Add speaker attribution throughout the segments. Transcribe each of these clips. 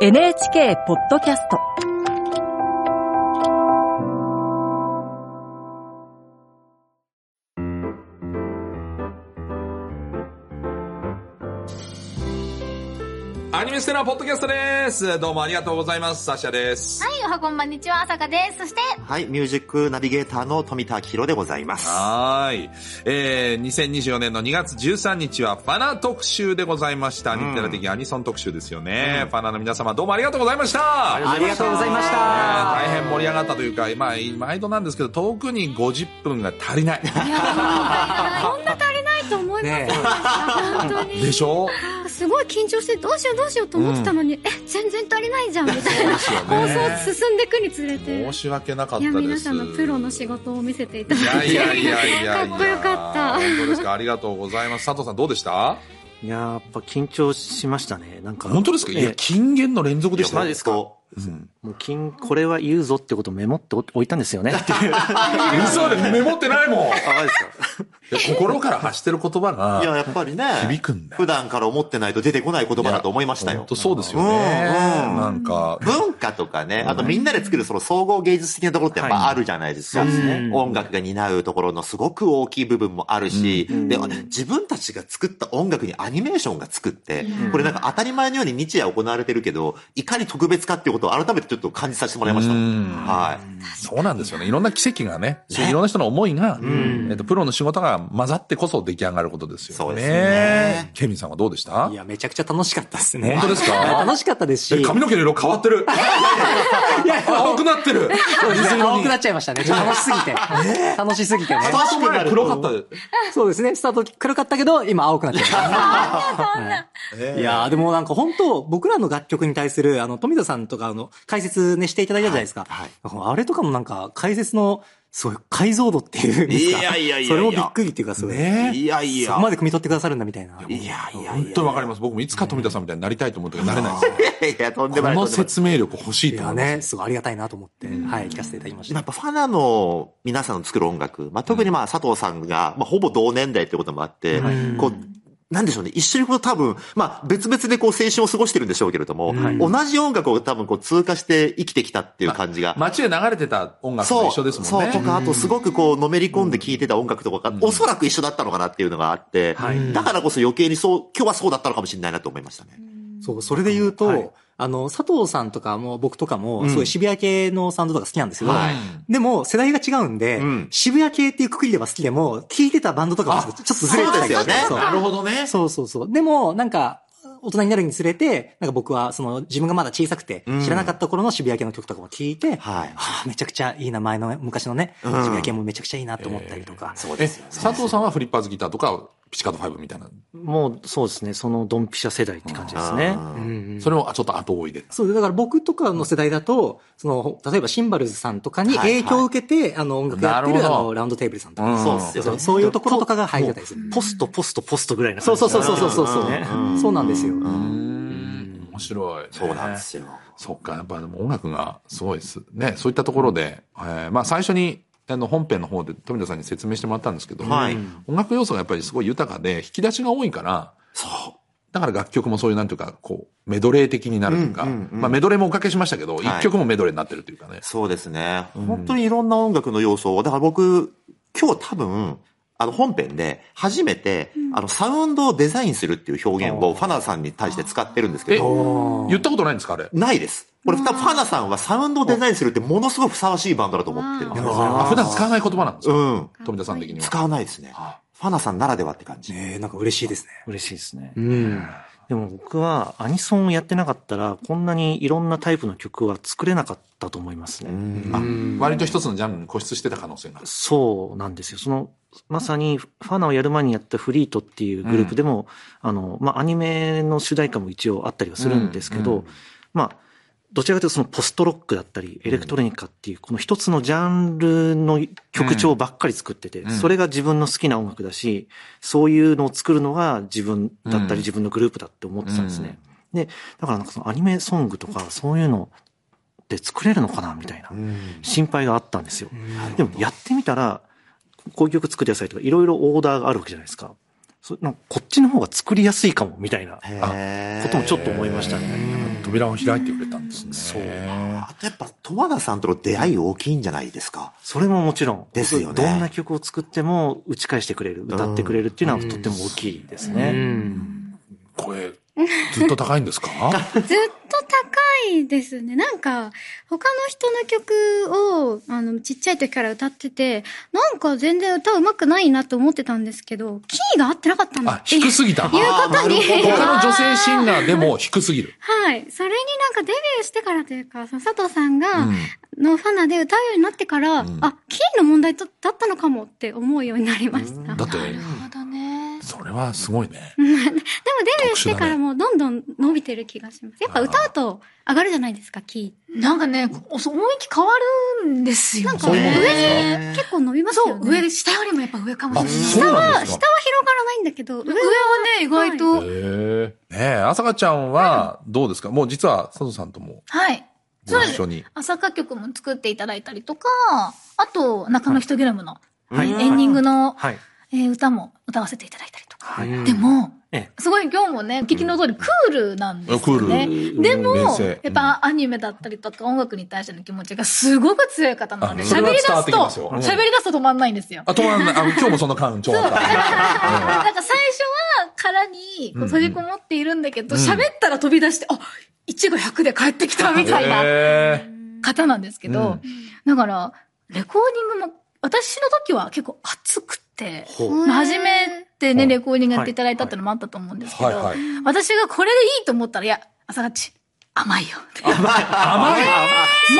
Speaker 1: NHK ポッドキャスト
Speaker 2: アニメステラポッドキャストです。どうもありがとうございます。サッシャです。
Speaker 3: はい、おはこんばんにちは、あさかです。 そして、
Speaker 4: はい、ミュージックナビゲーターの富田博でございます。
Speaker 2: はーい。えー、2024年の2月13日はパナ特集でございました。日テレ的アニソン特集ですよね。パナの皆様どうもありがとうございました。
Speaker 4: ありがとうございまし
Speaker 2: え
Speaker 4: た。
Speaker 2: ー大変盛り上がったというか、まあ、毎度なんですけど、遠くに50分が足 りない。
Speaker 3: いやー、こんな足りないと思いませんでした、本当に。
Speaker 2: でしょ
Speaker 3: すごい緊張して、どうしようどうしようと思ってたのに、え、全然足りないじゃん、みたいな。放送進んでくにつれて
Speaker 2: 申。し訳なかっ
Speaker 3: い
Speaker 2: たです。
Speaker 3: や、皆さんのプロの仕事を見せていた
Speaker 2: い
Speaker 3: だ
Speaker 2: や
Speaker 3: いて。
Speaker 2: いやいやいやいや。
Speaker 3: かっこよかった。
Speaker 2: 本当ですか。ありがとうございます。佐藤さんどうでした
Speaker 5: いやー、やっぱ緊張しましたね。なんか。
Speaker 2: 本当ですかい
Speaker 5: え
Speaker 2: や、
Speaker 5: え
Speaker 2: 金言の連続でしたよ。
Speaker 4: すか
Speaker 2: うん
Speaker 5: もう金、これは言うぞってことをメモっておいたんですよ ね。っていう
Speaker 2: 嘘でメモってないもん。
Speaker 4: あ、です
Speaker 2: で心から発してる言葉
Speaker 4: か。い
Speaker 2: が
Speaker 4: や、やっぱりね。
Speaker 2: 響くんだよ
Speaker 4: 普。段から思ってないと出てこない言葉だと思いました
Speaker 2: 本
Speaker 4: よ
Speaker 2: 当。そうですよね。
Speaker 4: うんうん
Speaker 2: なんか、
Speaker 4: 文化とかね、あとみんなで作るその総合芸術的なところってやっぱあるじゃないですか。
Speaker 5: はいそうですね
Speaker 4: 音楽が担うところのすごく大きい部分もあるし、で、自分たちが作った音楽にアニメーションが作って、これなんか当たり前のように日夜行われてるけど、いかに特別かっていうことを改めてちょっと感じさせてもらいました。
Speaker 2: うん
Speaker 4: はい。
Speaker 2: そうなんですよね。いろんな奇跡がね、いろんな人の思いが、えっと、プロの仕事が混ざってこそ出来上がることですよね。
Speaker 4: そうですね
Speaker 2: ケミンさんはどうでした
Speaker 6: いや、めちゃくちゃ楽しかったですね。
Speaker 2: 本当ですか
Speaker 6: 楽しかったです
Speaker 2: え
Speaker 6: し、
Speaker 2: 髪の毛の色変わってる。青くなってる。
Speaker 6: そうですね青くなっちゃいましたね。ちょっと楽しすぎて。楽しすぎてね。
Speaker 2: スタート前黒かったで。
Speaker 6: そうですね。スタート黒かったけど、今青くなっちゃいました。いやーでもなんか本当、僕らの楽曲に対する、あの、富田さんとかあの解説ねしていただいたじゃないですか。
Speaker 4: はい
Speaker 6: あれとかもなんか、解説の、すごい解像度っていうんです
Speaker 4: いや
Speaker 6: か。
Speaker 4: いやいやいや
Speaker 6: それもびっくりっていうか、すごい。
Speaker 2: ね
Speaker 4: いやい
Speaker 6: そこまで汲み取ってくださるんだみたいな。
Speaker 4: いやいや
Speaker 2: 本
Speaker 4: い
Speaker 2: 当にわかります。僕もいつか富田さんみたいになりたいと思ったけど、なれないです。
Speaker 4: や。いや、とんで
Speaker 2: こ
Speaker 4: もない。
Speaker 2: の
Speaker 4: とんでもない
Speaker 2: 説明力欲しい
Speaker 6: い
Speaker 2: と
Speaker 6: や
Speaker 2: 思います。
Speaker 6: ね、すごいありがたいなと思って、はい、聞かせていただきまし。
Speaker 4: やったぱファナの皆さんの作る音楽、まあ、特にまあ佐藤さんが、まあ、ほぼ同年代ってこともあって、こう、なんでしょうね、一緒にこう多分、まあ、別々でこう青春を過ごしてるんでしょうけれども、同じ音楽を多分こう通過して生きてきたっていう感じが。
Speaker 2: 街で流れてた音楽と
Speaker 4: そう、
Speaker 2: 一緒ですもんね。
Speaker 4: そうとか、あとすごくこう、のめり込んで聴いてた音楽とかが、おそらく一緒だったのかなっていうのがあって、だからこそ余計にそう、今日はそうだったのかもしれないなと思いましたね。
Speaker 6: そう、それで言うと、
Speaker 5: はい
Speaker 6: あの、佐藤さんとかも僕とかも、すごい渋谷系のサウンドとか好きなんですけど、
Speaker 4: はい
Speaker 6: でも世代が違うんで、
Speaker 4: うん
Speaker 6: 渋谷系っていうくくりでは好きでも、聴いてたバンドとかはちょっとずれてたりして
Speaker 4: そうですよ
Speaker 6: そう
Speaker 2: なるほどね。
Speaker 6: そうそうそう。でも、なんか、大人になるにつれて、なんか僕は、その、自分がまだ小さくて、
Speaker 4: うん
Speaker 6: 知らなかった頃の渋谷系の曲とかも聴いて、
Speaker 4: はい
Speaker 6: あめちゃくちゃいい名前の、昔のね、
Speaker 4: うん
Speaker 6: 渋谷系もめちゃくちゃいいなと思ったりとか。そう
Speaker 2: え、佐藤さんはフリッパーズギターとか、ピチカート5みたいな。
Speaker 5: もうそうですね、そのドンピシャ世代って感じですね。
Speaker 4: あー
Speaker 6: うん
Speaker 2: それをあちょっと後追いで。
Speaker 6: そう、だから僕とかの世代だと、その、例えばシンバルズさんとかに
Speaker 4: はいはい
Speaker 6: 影響を受けて、あの、音楽やって
Speaker 2: なる
Speaker 6: る、あ
Speaker 2: ほど
Speaker 6: の、ラウンドテーブルさんとか、
Speaker 2: うん
Speaker 4: そうっすよ
Speaker 6: そ
Speaker 4: ね
Speaker 6: う。そういうところとかが入ってたりする。
Speaker 5: ポスト、ポスト、ポストぐらいな
Speaker 6: そう
Speaker 5: 感じ
Speaker 6: そうそう
Speaker 5: だな
Speaker 6: そうそうそう。
Speaker 5: ね
Speaker 6: そうなんですよ。
Speaker 2: うん。面白い、
Speaker 4: そうなんですよ。
Speaker 2: そっか、やっぱでも音楽がすごいです。ね、そういったところで、えーまあ最初に、あの、本編の方で富田さんに説明してもらったんですけど、
Speaker 4: はい
Speaker 2: 音楽要素がやっぱりすごい豊かで、引き出しが多いから、
Speaker 4: そう。
Speaker 2: だから楽曲もそういうなんていうか、こう、メドレー的になるというか、
Speaker 4: うんうんうん
Speaker 2: まあメドレーもおかけしましたけど、一、
Speaker 4: はい
Speaker 2: 曲もメドレーになってるというかね。
Speaker 4: そうですね。本当にいろんな音楽の要素を、だから僕、今日多分、あの本編で初めて、あのサウンドをデザインするっていう表現をファナさんに対して使ってるんですけ
Speaker 2: え
Speaker 4: ど、、
Speaker 2: 言ったことないんですかあれ。
Speaker 4: ないです。これ、ファナさんはサウンドをデザインするってものすごくふさわしいバンドだと思ってるんですよ
Speaker 2: あ普段使わない言葉なんですか
Speaker 4: うん。
Speaker 2: 富田さん的には。
Speaker 4: 使わないですね。ファナさんならではって感じ。
Speaker 6: ねえ、なんか嬉しいですね。
Speaker 5: 嬉しいですね。
Speaker 6: うん。
Speaker 5: でも僕はアニソンをやってなかったら、こんなにいろんなタイプの曲は作れなかったと思いますね。
Speaker 4: うん。
Speaker 2: あ割と一つのジャンルに固執してた可能性がある。
Speaker 5: そうなんですよ。その、まさにファナをやる前にやったフリートっていうグループでも、あの、まあ、アニメの主題歌も一応あったりはするんですけど、
Speaker 2: うんうん
Speaker 5: まあ、どちらかというとそのポストロックだったり、エレクトロニカっていう、この一つのジャンルの曲調ばっかり作ってて、
Speaker 2: ん
Speaker 5: それが自分の好きな音楽だし、そういうのを作るのが自分だった
Speaker 2: うん
Speaker 5: り自分のグループだって思ってたんですね。で、だからなんかそのアニメソングとかそういうのって作れるのかなみたいな心配があったんですよ。でもやってみたら、こういう曲作ってくださいとか、いろいろオーダーがあるわけじゃないですか。そなんかこっちの方が作りやすいかも、みたいな
Speaker 4: へー
Speaker 5: こともちょっと思いましたね。
Speaker 2: 富扉を開いてくれたんですね。
Speaker 4: そう。あとやっぱ、十和田さんとの出会い大きいんじゃないですか。
Speaker 5: それももちろん。
Speaker 4: ですよね
Speaker 5: どんな曲を作っても打ち返してくれる、歌ってくれるっていうのはとっても大きいですね。
Speaker 2: これ、ずっと高いん ですか
Speaker 3: ずっと高いですね。なんか、他の人の曲を、あの、ちっちゃい時から歌ってて、なんか全然歌うまくないなと思ってたんですけど、キーが合ってなかったんだ
Speaker 2: あ、
Speaker 3: ってい
Speaker 2: 低
Speaker 3: う。
Speaker 2: すぎたんだ。
Speaker 3: いうことに。
Speaker 2: 他の女性シンガーでも低すぎる。
Speaker 3: はい。それになんかデビューしてからというか、その佐藤さんが、
Speaker 2: うん
Speaker 3: のファナで歌うようになってから、
Speaker 2: ん
Speaker 3: あ、キーの問題だったのかもって思うようになりました。
Speaker 2: だって、
Speaker 3: そうだね。
Speaker 2: それはすごいね。
Speaker 3: でもデビューしてからもどんどん伸びてる気がします。やっぱ歌うと上がるじゃないですか、キ
Speaker 7: なんかね、おそう思いき変わるんです
Speaker 3: ー。
Speaker 7: よ。
Speaker 3: なんか
Speaker 2: そういうもんですか
Speaker 3: 上に結構伸びます
Speaker 7: そ
Speaker 3: よ
Speaker 7: う、
Speaker 3: ね。
Speaker 7: 上で、下よりもやっぱ上かもし
Speaker 2: あ、
Speaker 7: れない。
Speaker 2: そうなんです
Speaker 3: 下は
Speaker 2: か。
Speaker 3: 広がらないんだけど、上
Speaker 7: 上
Speaker 3: は
Speaker 7: はね、意外と、
Speaker 2: へえ。ねえ、あさかちゃんはどうですかもう実は佐藤さんとも
Speaker 7: はい。
Speaker 2: ご一緒に。
Speaker 7: 朝歌曲も作っていただいたりとか、あと、中野人ゲラムの
Speaker 5: はい。
Speaker 7: エンディングの、
Speaker 5: はい。
Speaker 7: えー歌も歌わせていただいたりとか。
Speaker 5: はい。
Speaker 7: でも、
Speaker 5: え
Speaker 7: すごい今日もね、お聞きの通りクールなんですよ
Speaker 2: う
Speaker 7: ね。
Speaker 2: ん
Speaker 7: でも、
Speaker 2: 冷静
Speaker 7: やっぱアニメだったりとか音楽に対しての気持ちがすごく強い方なので、
Speaker 2: あそれ
Speaker 7: 喋
Speaker 2: は
Speaker 7: り出す
Speaker 2: 伝わってき
Speaker 7: と、
Speaker 2: ますよ
Speaker 7: 喋り出すと止まんないんですよ。
Speaker 2: あ、止まんない。あ、今日もその間、ちょうど あった。
Speaker 7: なんか最初は殻にこう閉じこもっているんだけど、
Speaker 2: うんうん
Speaker 7: 喋ったら飛び出して、あ、1が100で帰ってきたみたいな
Speaker 2: へえ
Speaker 7: 方なんですけど、だから、レコーディングも、私の時は結構熱くて、
Speaker 4: ほ
Speaker 7: まあ初めて
Speaker 2: う
Speaker 7: ね、
Speaker 2: ん
Speaker 7: レコーディングやっていただいたってのもあったと思うんですけど、
Speaker 2: はいはい。
Speaker 7: 私がこれでいいと思ったら、いや、朝がち、甘いよ。
Speaker 2: 甘い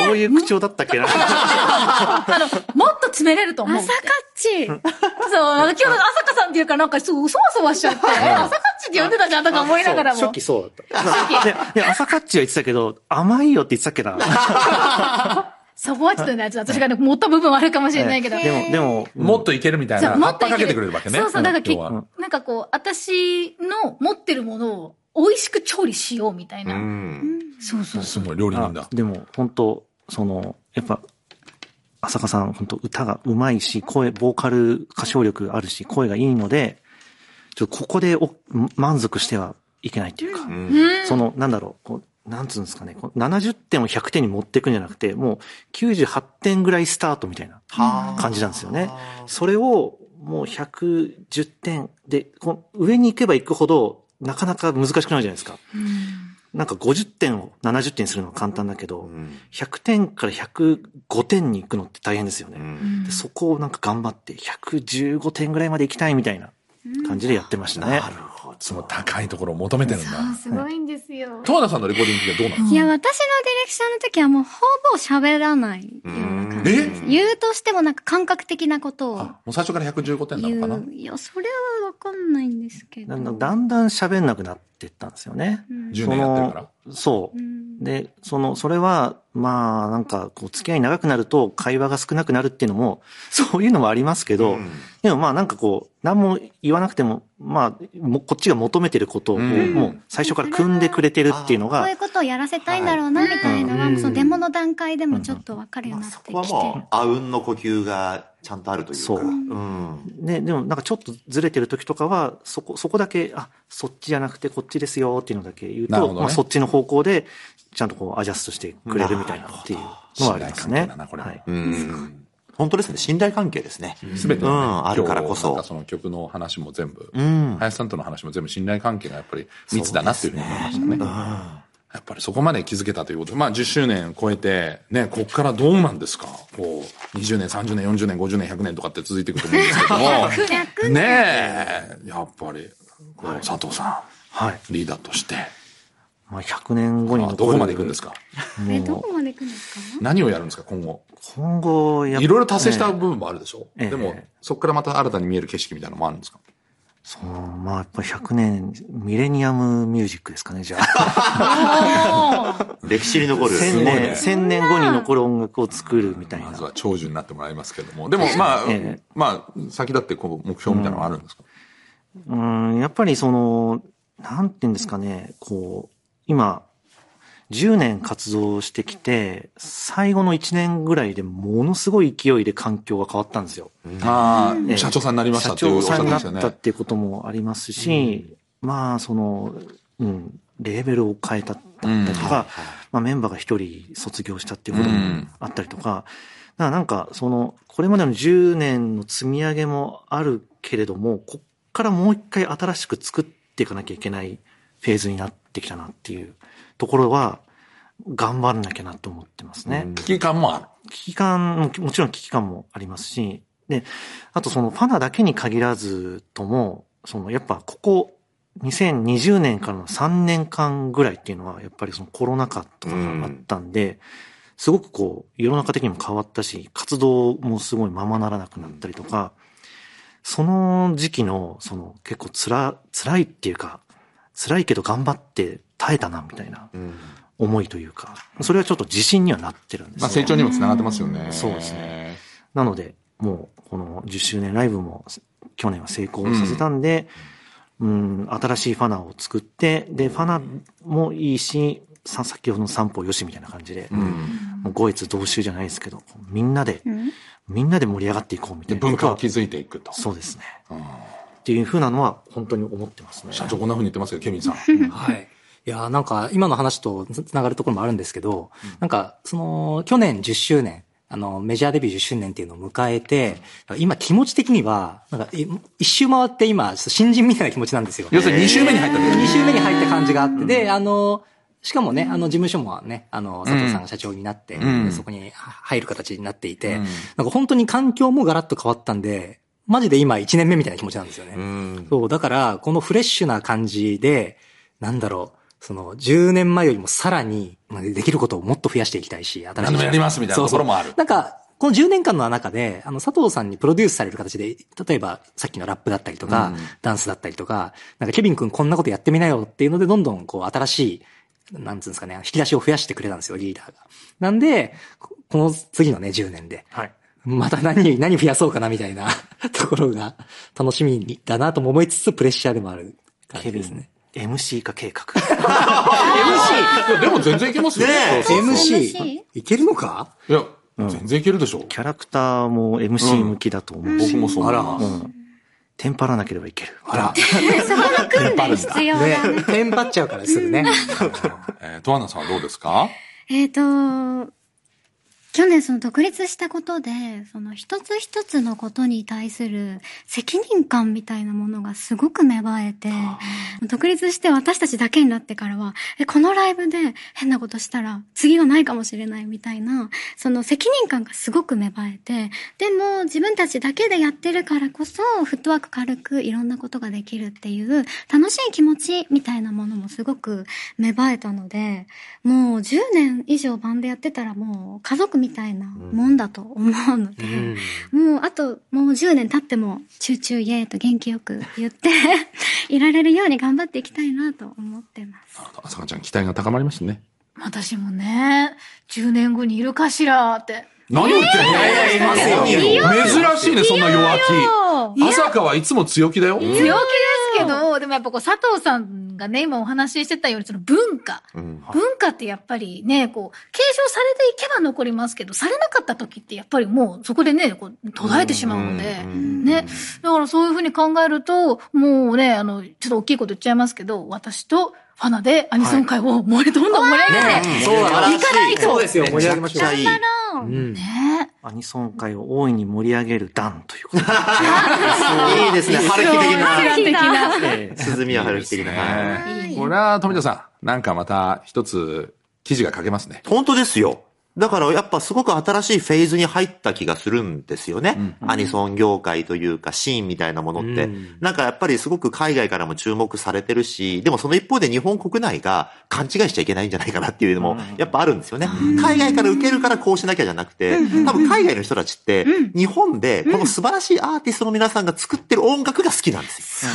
Speaker 5: そういう口調だったっけな。
Speaker 7: あの、もっと詰めれると思う。
Speaker 3: 朝カッチ。
Speaker 7: そう、今日、朝香さんっていうからなんか、すごいそわそわしちゃって、朝香っちって呼んでたじゃんとか思いながらも。
Speaker 5: そう初期そうだった。で、で朝カッチは言ってたけど、甘いよって言ってたっけな。
Speaker 7: そこはちょっとね、ちょっと私がね、持った部分はあるかもしれないけど。
Speaker 5: でも、でも、
Speaker 2: もっといけるみたいな。
Speaker 7: そうも
Speaker 2: 葉
Speaker 7: っ
Speaker 2: っ
Speaker 7: と
Speaker 2: ぱ
Speaker 7: いけ
Speaker 2: かけ
Speaker 7: る
Speaker 2: てくれるわけね。
Speaker 7: そうそう、だから
Speaker 2: 今
Speaker 7: き、
Speaker 2: 日は。
Speaker 7: なんかこう、私の持ってるものを美味しく調理しようみたいうな。
Speaker 4: ん。
Speaker 7: そうそう
Speaker 2: す
Speaker 7: そう。
Speaker 2: ごい、料理
Speaker 5: あ
Speaker 2: 人だ。
Speaker 5: でも本当そのやっぱ浅香さん本当歌がうまいし声ボーカル歌唱力あるし声がいいのでちょっとここでお満足してはいけないっていうか、そのなんだろうこうなんつうんですかねこう70点を100点に持っていくんじゃなくてもう98点ぐらいスタートみたいな
Speaker 4: は
Speaker 5: 感じなんですよね。それをもう110点で、この上に行けば行くほど、なかなか難しくなるじゃないですか。なんか50点を70点にするのは簡単だけど、
Speaker 4: うん
Speaker 5: 100点から105点に行くのって大変ですよ
Speaker 4: う
Speaker 5: ね。
Speaker 4: ん
Speaker 5: でそこをなんか頑張って115点ぐらいまで行きたいみたいな感じでやってましたね。
Speaker 4: なるほど。
Speaker 2: その高いところを求めてるんだ。
Speaker 7: すごいんですよ。
Speaker 2: 十和田さんのレコーディングはどうなの
Speaker 3: いや、私のディレクションの時はもうほぼ喋らないような感じ
Speaker 2: え
Speaker 3: です。言うとしてもなんか感覚的なことを
Speaker 2: あもう最初から115点な
Speaker 3: 言
Speaker 2: のかな
Speaker 3: う。いや、それはわかんないんですけど。
Speaker 5: だんだんだんだん喋んなくなってったんですよね。
Speaker 3: うん
Speaker 2: 10年やってるから。
Speaker 5: そう
Speaker 3: う。ん
Speaker 5: で、その、それは、まあ、なんか、こう、付き合い長くなると、会話が少なくなるっていうのも、そういうのもありますけど、
Speaker 4: うん
Speaker 5: でもまあ、なんかこう、何も言わなくても、まあ、もうこっちが求めてることを、
Speaker 2: うん
Speaker 5: もう、最初から組んでくれてるっていうの
Speaker 3: こうい
Speaker 5: が
Speaker 3: う、ことをやらせたいんだろうな、みたいなのは、
Speaker 6: うん
Speaker 3: そのデモの段階でもちょっとわかるように
Speaker 4: まあ
Speaker 3: なっ
Speaker 4: そ
Speaker 3: て
Speaker 4: こは
Speaker 3: き
Speaker 4: もう、あうんの呼吸がちゃんとあるというか。
Speaker 5: そう
Speaker 4: うん。
Speaker 5: ね、でもなんかちょっとずれてる時とかは、そこ、そこだけ、あ、そっちじゃなくてこっちですよっていうのだけ言う
Speaker 2: なる
Speaker 5: と、
Speaker 2: ほどね
Speaker 5: まあ、そっちの方向で、ちゃんとこう、アジャストしてくれるみたいなっていうのはあります
Speaker 2: な
Speaker 5: ね
Speaker 2: るほど信頼関係だなこ。れ
Speaker 5: はい。
Speaker 4: うん。本当ですね。信頼関係ですね。
Speaker 2: すべてのね、
Speaker 4: うんあるからこそ
Speaker 2: 今日なんかその曲の話も全部、
Speaker 4: うん。
Speaker 2: 林さんとの話も全部信頼関係がやっぱり密だなっていうふうに思いましたね。やっぱりそこまで気づけたということで、まあ10周年超えて、ね、こっからどうなんですかこう、20年、30年、40年、50年、100年とかって続いていくと思うんですけども、
Speaker 3: て。
Speaker 2: ねえ、やっぱり、こう佐藤さ
Speaker 5: はい。
Speaker 2: ん、リーダーとして、
Speaker 5: まあ、100年後に
Speaker 2: まあ
Speaker 5: 残る
Speaker 2: どこまで行くんですか
Speaker 3: え、どこまで行くんですか
Speaker 2: 何をやるんですか今後。
Speaker 5: 今後、やっぱ
Speaker 2: いろいろ達成した部分もあるでしょ、
Speaker 5: ええ
Speaker 2: でも
Speaker 5: ええ、
Speaker 2: そこからまた新たに見える景色みたいなのもあるんですか
Speaker 5: そう、まあやっぱ100年、ミレニアムミュージックですかね、じゃあ。
Speaker 4: 歴史に残る。
Speaker 5: 千
Speaker 2: ごいね
Speaker 5: 年、千年後に残る音楽を作るみたいな
Speaker 2: まず。は長寿になってもらいますけども。でも、まあ、
Speaker 5: ええ
Speaker 2: まあ、先だってこう目標みたいなのはあるんですか、
Speaker 5: うん、やっぱりその、なんていうんですかね、こう、今、10年活動してきて、最後の1年ぐらいでものすごい勢いで環境が変わったんですよ。
Speaker 2: あ
Speaker 5: え
Speaker 2: あ、
Speaker 5: え
Speaker 2: 社長さんになりました
Speaker 5: 社
Speaker 2: っていうお
Speaker 5: 長
Speaker 2: っしゃ
Speaker 5: さ
Speaker 2: って
Speaker 5: んに
Speaker 2: ま
Speaker 5: な
Speaker 2: した
Speaker 5: っ
Speaker 2: よね
Speaker 5: たっ。ていうこともありますし、まあ、その、うん、レーベルを変えただったりとか、まあ、メンバーが一人卒業したっていうこともあったりとか、だからなんかその、これまでの10年の積み上げもあるけれども、こっからもう一回新しく作っていかなきゃいけないフェーズになってきたなっていうところは、頑張らなきゃなと思ってますね。
Speaker 2: 危機感もある。
Speaker 5: 危機感も、もちろん危機感もありますし、で、あとそのファナだけに限らずとも、そのやっぱここ2020年からの3年間ぐらいっていうのは、やっぱりそのコロナ禍とかがあったんで、すごくこう、世の中的にも変わったし、活動もすごいままならなくなったりとか、その時期の、その結構つら、辛いっていうか、辛いけど頑張って耐えたなみたいな思いというか、それはちょっと自信にはなってるんです
Speaker 2: まあ、成長にもつながってますよね。
Speaker 5: そうですね。なので、もうこの10周年ライブも去年は成功させたんで、うん、新しいファナを作って、で、ファナもいいし、さ先ほどの散歩よしみたいな感じで、
Speaker 2: うん。
Speaker 5: もう五越同州じゃないですけど、みんなで、
Speaker 3: うん
Speaker 5: みんなで盛り上がっていこうみた
Speaker 2: で、
Speaker 5: いな
Speaker 2: 文
Speaker 5: こと
Speaker 2: 化
Speaker 5: は。
Speaker 2: を築いていくと。
Speaker 5: そうですね。っていうふうなのは本当に思ってますね。
Speaker 2: 社長こんな風に言ってますけど、ケビンさん。
Speaker 6: はい。いやーなんか今の話とつながるところもあるんですけど、なんかその去年10周年、あのメジャーデビュー10周年っていうのを迎えて、今気持ち的には、なんかい一周回って今ちょっと新人みたいな気持ちなんですよ。
Speaker 2: 要するに2周目に入った
Speaker 6: 2週目に入った感じがあって、で、あの、しかもね、あの、事務所もね、あの、佐藤さんが社長になって、
Speaker 2: ん
Speaker 6: でそこに入る形になっていて、
Speaker 2: うん
Speaker 6: なんか本当に環境もガラッと変わったんで、マジで今1年目みたいな気持ちなんですよね。そう、だから、このフレッシュな感じで、なんだろう、その、10年前よりもさらに、まあできることをもっと増やしていきたいし、新
Speaker 2: 何でもやりますみたいなところもある
Speaker 6: そうそうなんか、この10年間の中で、あの、佐藤さんにプロデュースされる形で、例えば、さっきのラップだったりとか、ダンスだったりとか、なんか、ケビン君こんなことやってみなよっていうので、どんどん、こう、新しい、なんつうんですかね、引き出しを増やしてくれたんですよ、リーダーが。なんで、ここの次のね、10年で、
Speaker 5: はい。
Speaker 6: また何、 何増やそうかなみたいな ところが楽しみにだなとも思いつつプレッシャーでもある感
Speaker 5: ケ
Speaker 6: じ
Speaker 5: ビ
Speaker 6: です
Speaker 5: ン
Speaker 6: ね。、
Speaker 5: MC 化計画。
Speaker 2: いやでも全然いけますよ。
Speaker 4: ねえ
Speaker 2: そうそうそう
Speaker 3: MC
Speaker 6: MC、いけるのか
Speaker 2: いや、全然いけるでしょ。
Speaker 5: キャラクターも MC 向きだと思うし、
Speaker 2: 僕もそう思い
Speaker 6: あ
Speaker 2: ま
Speaker 6: ら
Speaker 2: す。
Speaker 5: テンパらなければいける。
Speaker 6: あら。
Speaker 3: そこの訓練必要だね。
Speaker 6: ね、テンパっちゃうからすぐね。
Speaker 2: えー、トアナさんはどうですか
Speaker 3: えっ、と、去年その独立したことで、その一つ一つのことに対する責任感みたいなものがすごく芽生えて、 独立して私たちだけになってからは、え、このライブで変なことしたら次がないかもしれないみたいな、その責任感がすごく芽生えて、でも自分たちだけでやってるからこそ、フットワーク軽くいろんなことができるっていう、楽しい気持ちみたいなものもすごく芽生えたので、もう10年以上バンドやってたらもう家族みたいなもんだと思うので、もうあともう10年経っても、チューチューイエーと元気よく言って いられるように頑張っていきたいなと思ってます。
Speaker 2: あさかちゃん、期待が高まりましたね。
Speaker 7: 私もね、10年後にいるかしらって。
Speaker 2: 何を言ってんの、珍しいね、そんな弱
Speaker 7: い
Speaker 2: 気。
Speaker 7: や
Speaker 2: 朝香はいつも強気だよ。
Speaker 7: 強気ですけど、でもやっぱこう佐藤さんがね、今お話ししてたように、その文化、文化ってやっぱりね、こう、継承されていけば残りますけど、されなかった時ってやっぱりもうそこでね、こう途絶えてしまうので、ね。だからそういうふうに考えると、もうね、あの、ちょっと大きいこと言っちゃいますけど、私とファナでアニソン界をもうどんどん盛り上げて、
Speaker 4: そうだ
Speaker 7: 行かないと
Speaker 6: そうですよ、盛り上げましょう。
Speaker 4: いい。
Speaker 3: う
Speaker 6: うん。
Speaker 7: ね。
Speaker 5: アニソン界を大いに盛り上げる団ということ
Speaker 4: いいですね。春樹的な。
Speaker 7: 的な。
Speaker 5: で
Speaker 4: 鈴宮春樹的な。
Speaker 2: ね。これは富田さん、なんかまた一つ記事が書けますね。
Speaker 4: 本当ですよ。だからやっぱすごく新しいフェーズに入った気がするんですよね。アニソン業界というかシーンみたいなものって。なんかやっぱりすごく海外からも注目されてるし、でもその一方で日本国内が勘違いしちゃいけないんじゃないかなっていうのもやっぱあるんですよね。海外から受けるからこうしなきゃじゃなくて、多分海外の人たちって日本でこの素晴らしいアーティストの皆さんが作ってる音楽が好きなんですよ。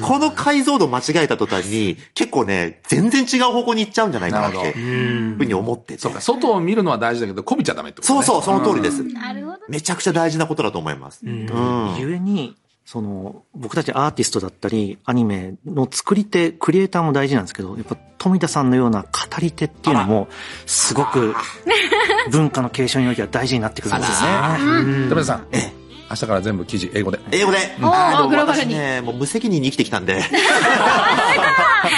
Speaker 4: この解像度間違えた途端に、結構ね、全然違う方向に行っちゃうんじゃないかなって、
Speaker 2: なるほ
Speaker 4: ふうに思ってて。
Speaker 2: そうか、外を見るのは大事だけど、こびちゃダメってこと
Speaker 4: そう
Speaker 2: ね。
Speaker 4: そう、その通りです。
Speaker 7: なるほど。
Speaker 4: めちゃくちゃ大事なことだと思います。うん。
Speaker 5: ゆえに、その、僕たちアーティストだったり、アニメの作り手、クリエイターも大事なんですけど、やっぱ富田さんのような語り手っていうのも、すごく、文化の継承においては大事になってくるんですよね。
Speaker 2: 富田さん、明日から全部記事英語で。
Speaker 4: 英語で。
Speaker 7: おー
Speaker 4: あー
Speaker 7: グローバルに
Speaker 4: でも私ね、もう無責任に生きてきたんで。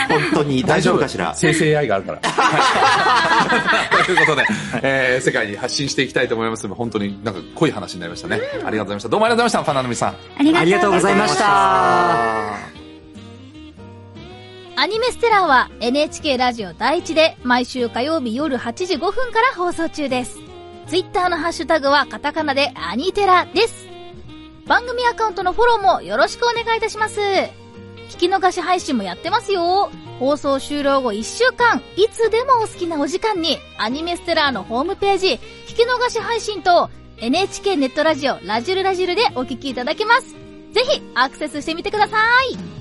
Speaker 4: 本当に大丈夫かしら。
Speaker 2: 生成 AI があるから。はいと いうことで、えー世界に発信していきたいと思いますので本当になんか濃い話になりましたね。ありがとうございました。どうもありがとうございました。パナナミさん。
Speaker 3: あり
Speaker 6: ありがとうございました。
Speaker 8: アニメステラーは NHK ラジオ第一で毎週火曜日夜8時5分から放送中です。ツイッターのハッシュタグはカタカナでアニテラです。番組アカウントのフォローもよろしくお願いいたします。聞き逃し配信もやってますよ。放送終了後1週間、いつでもお好きなお時間にアニメステラーのホームページ、聞き逃し配信と NHK ネットラジオラジルラジルでお聞きいただけます。ぜひアクセスしてみてください。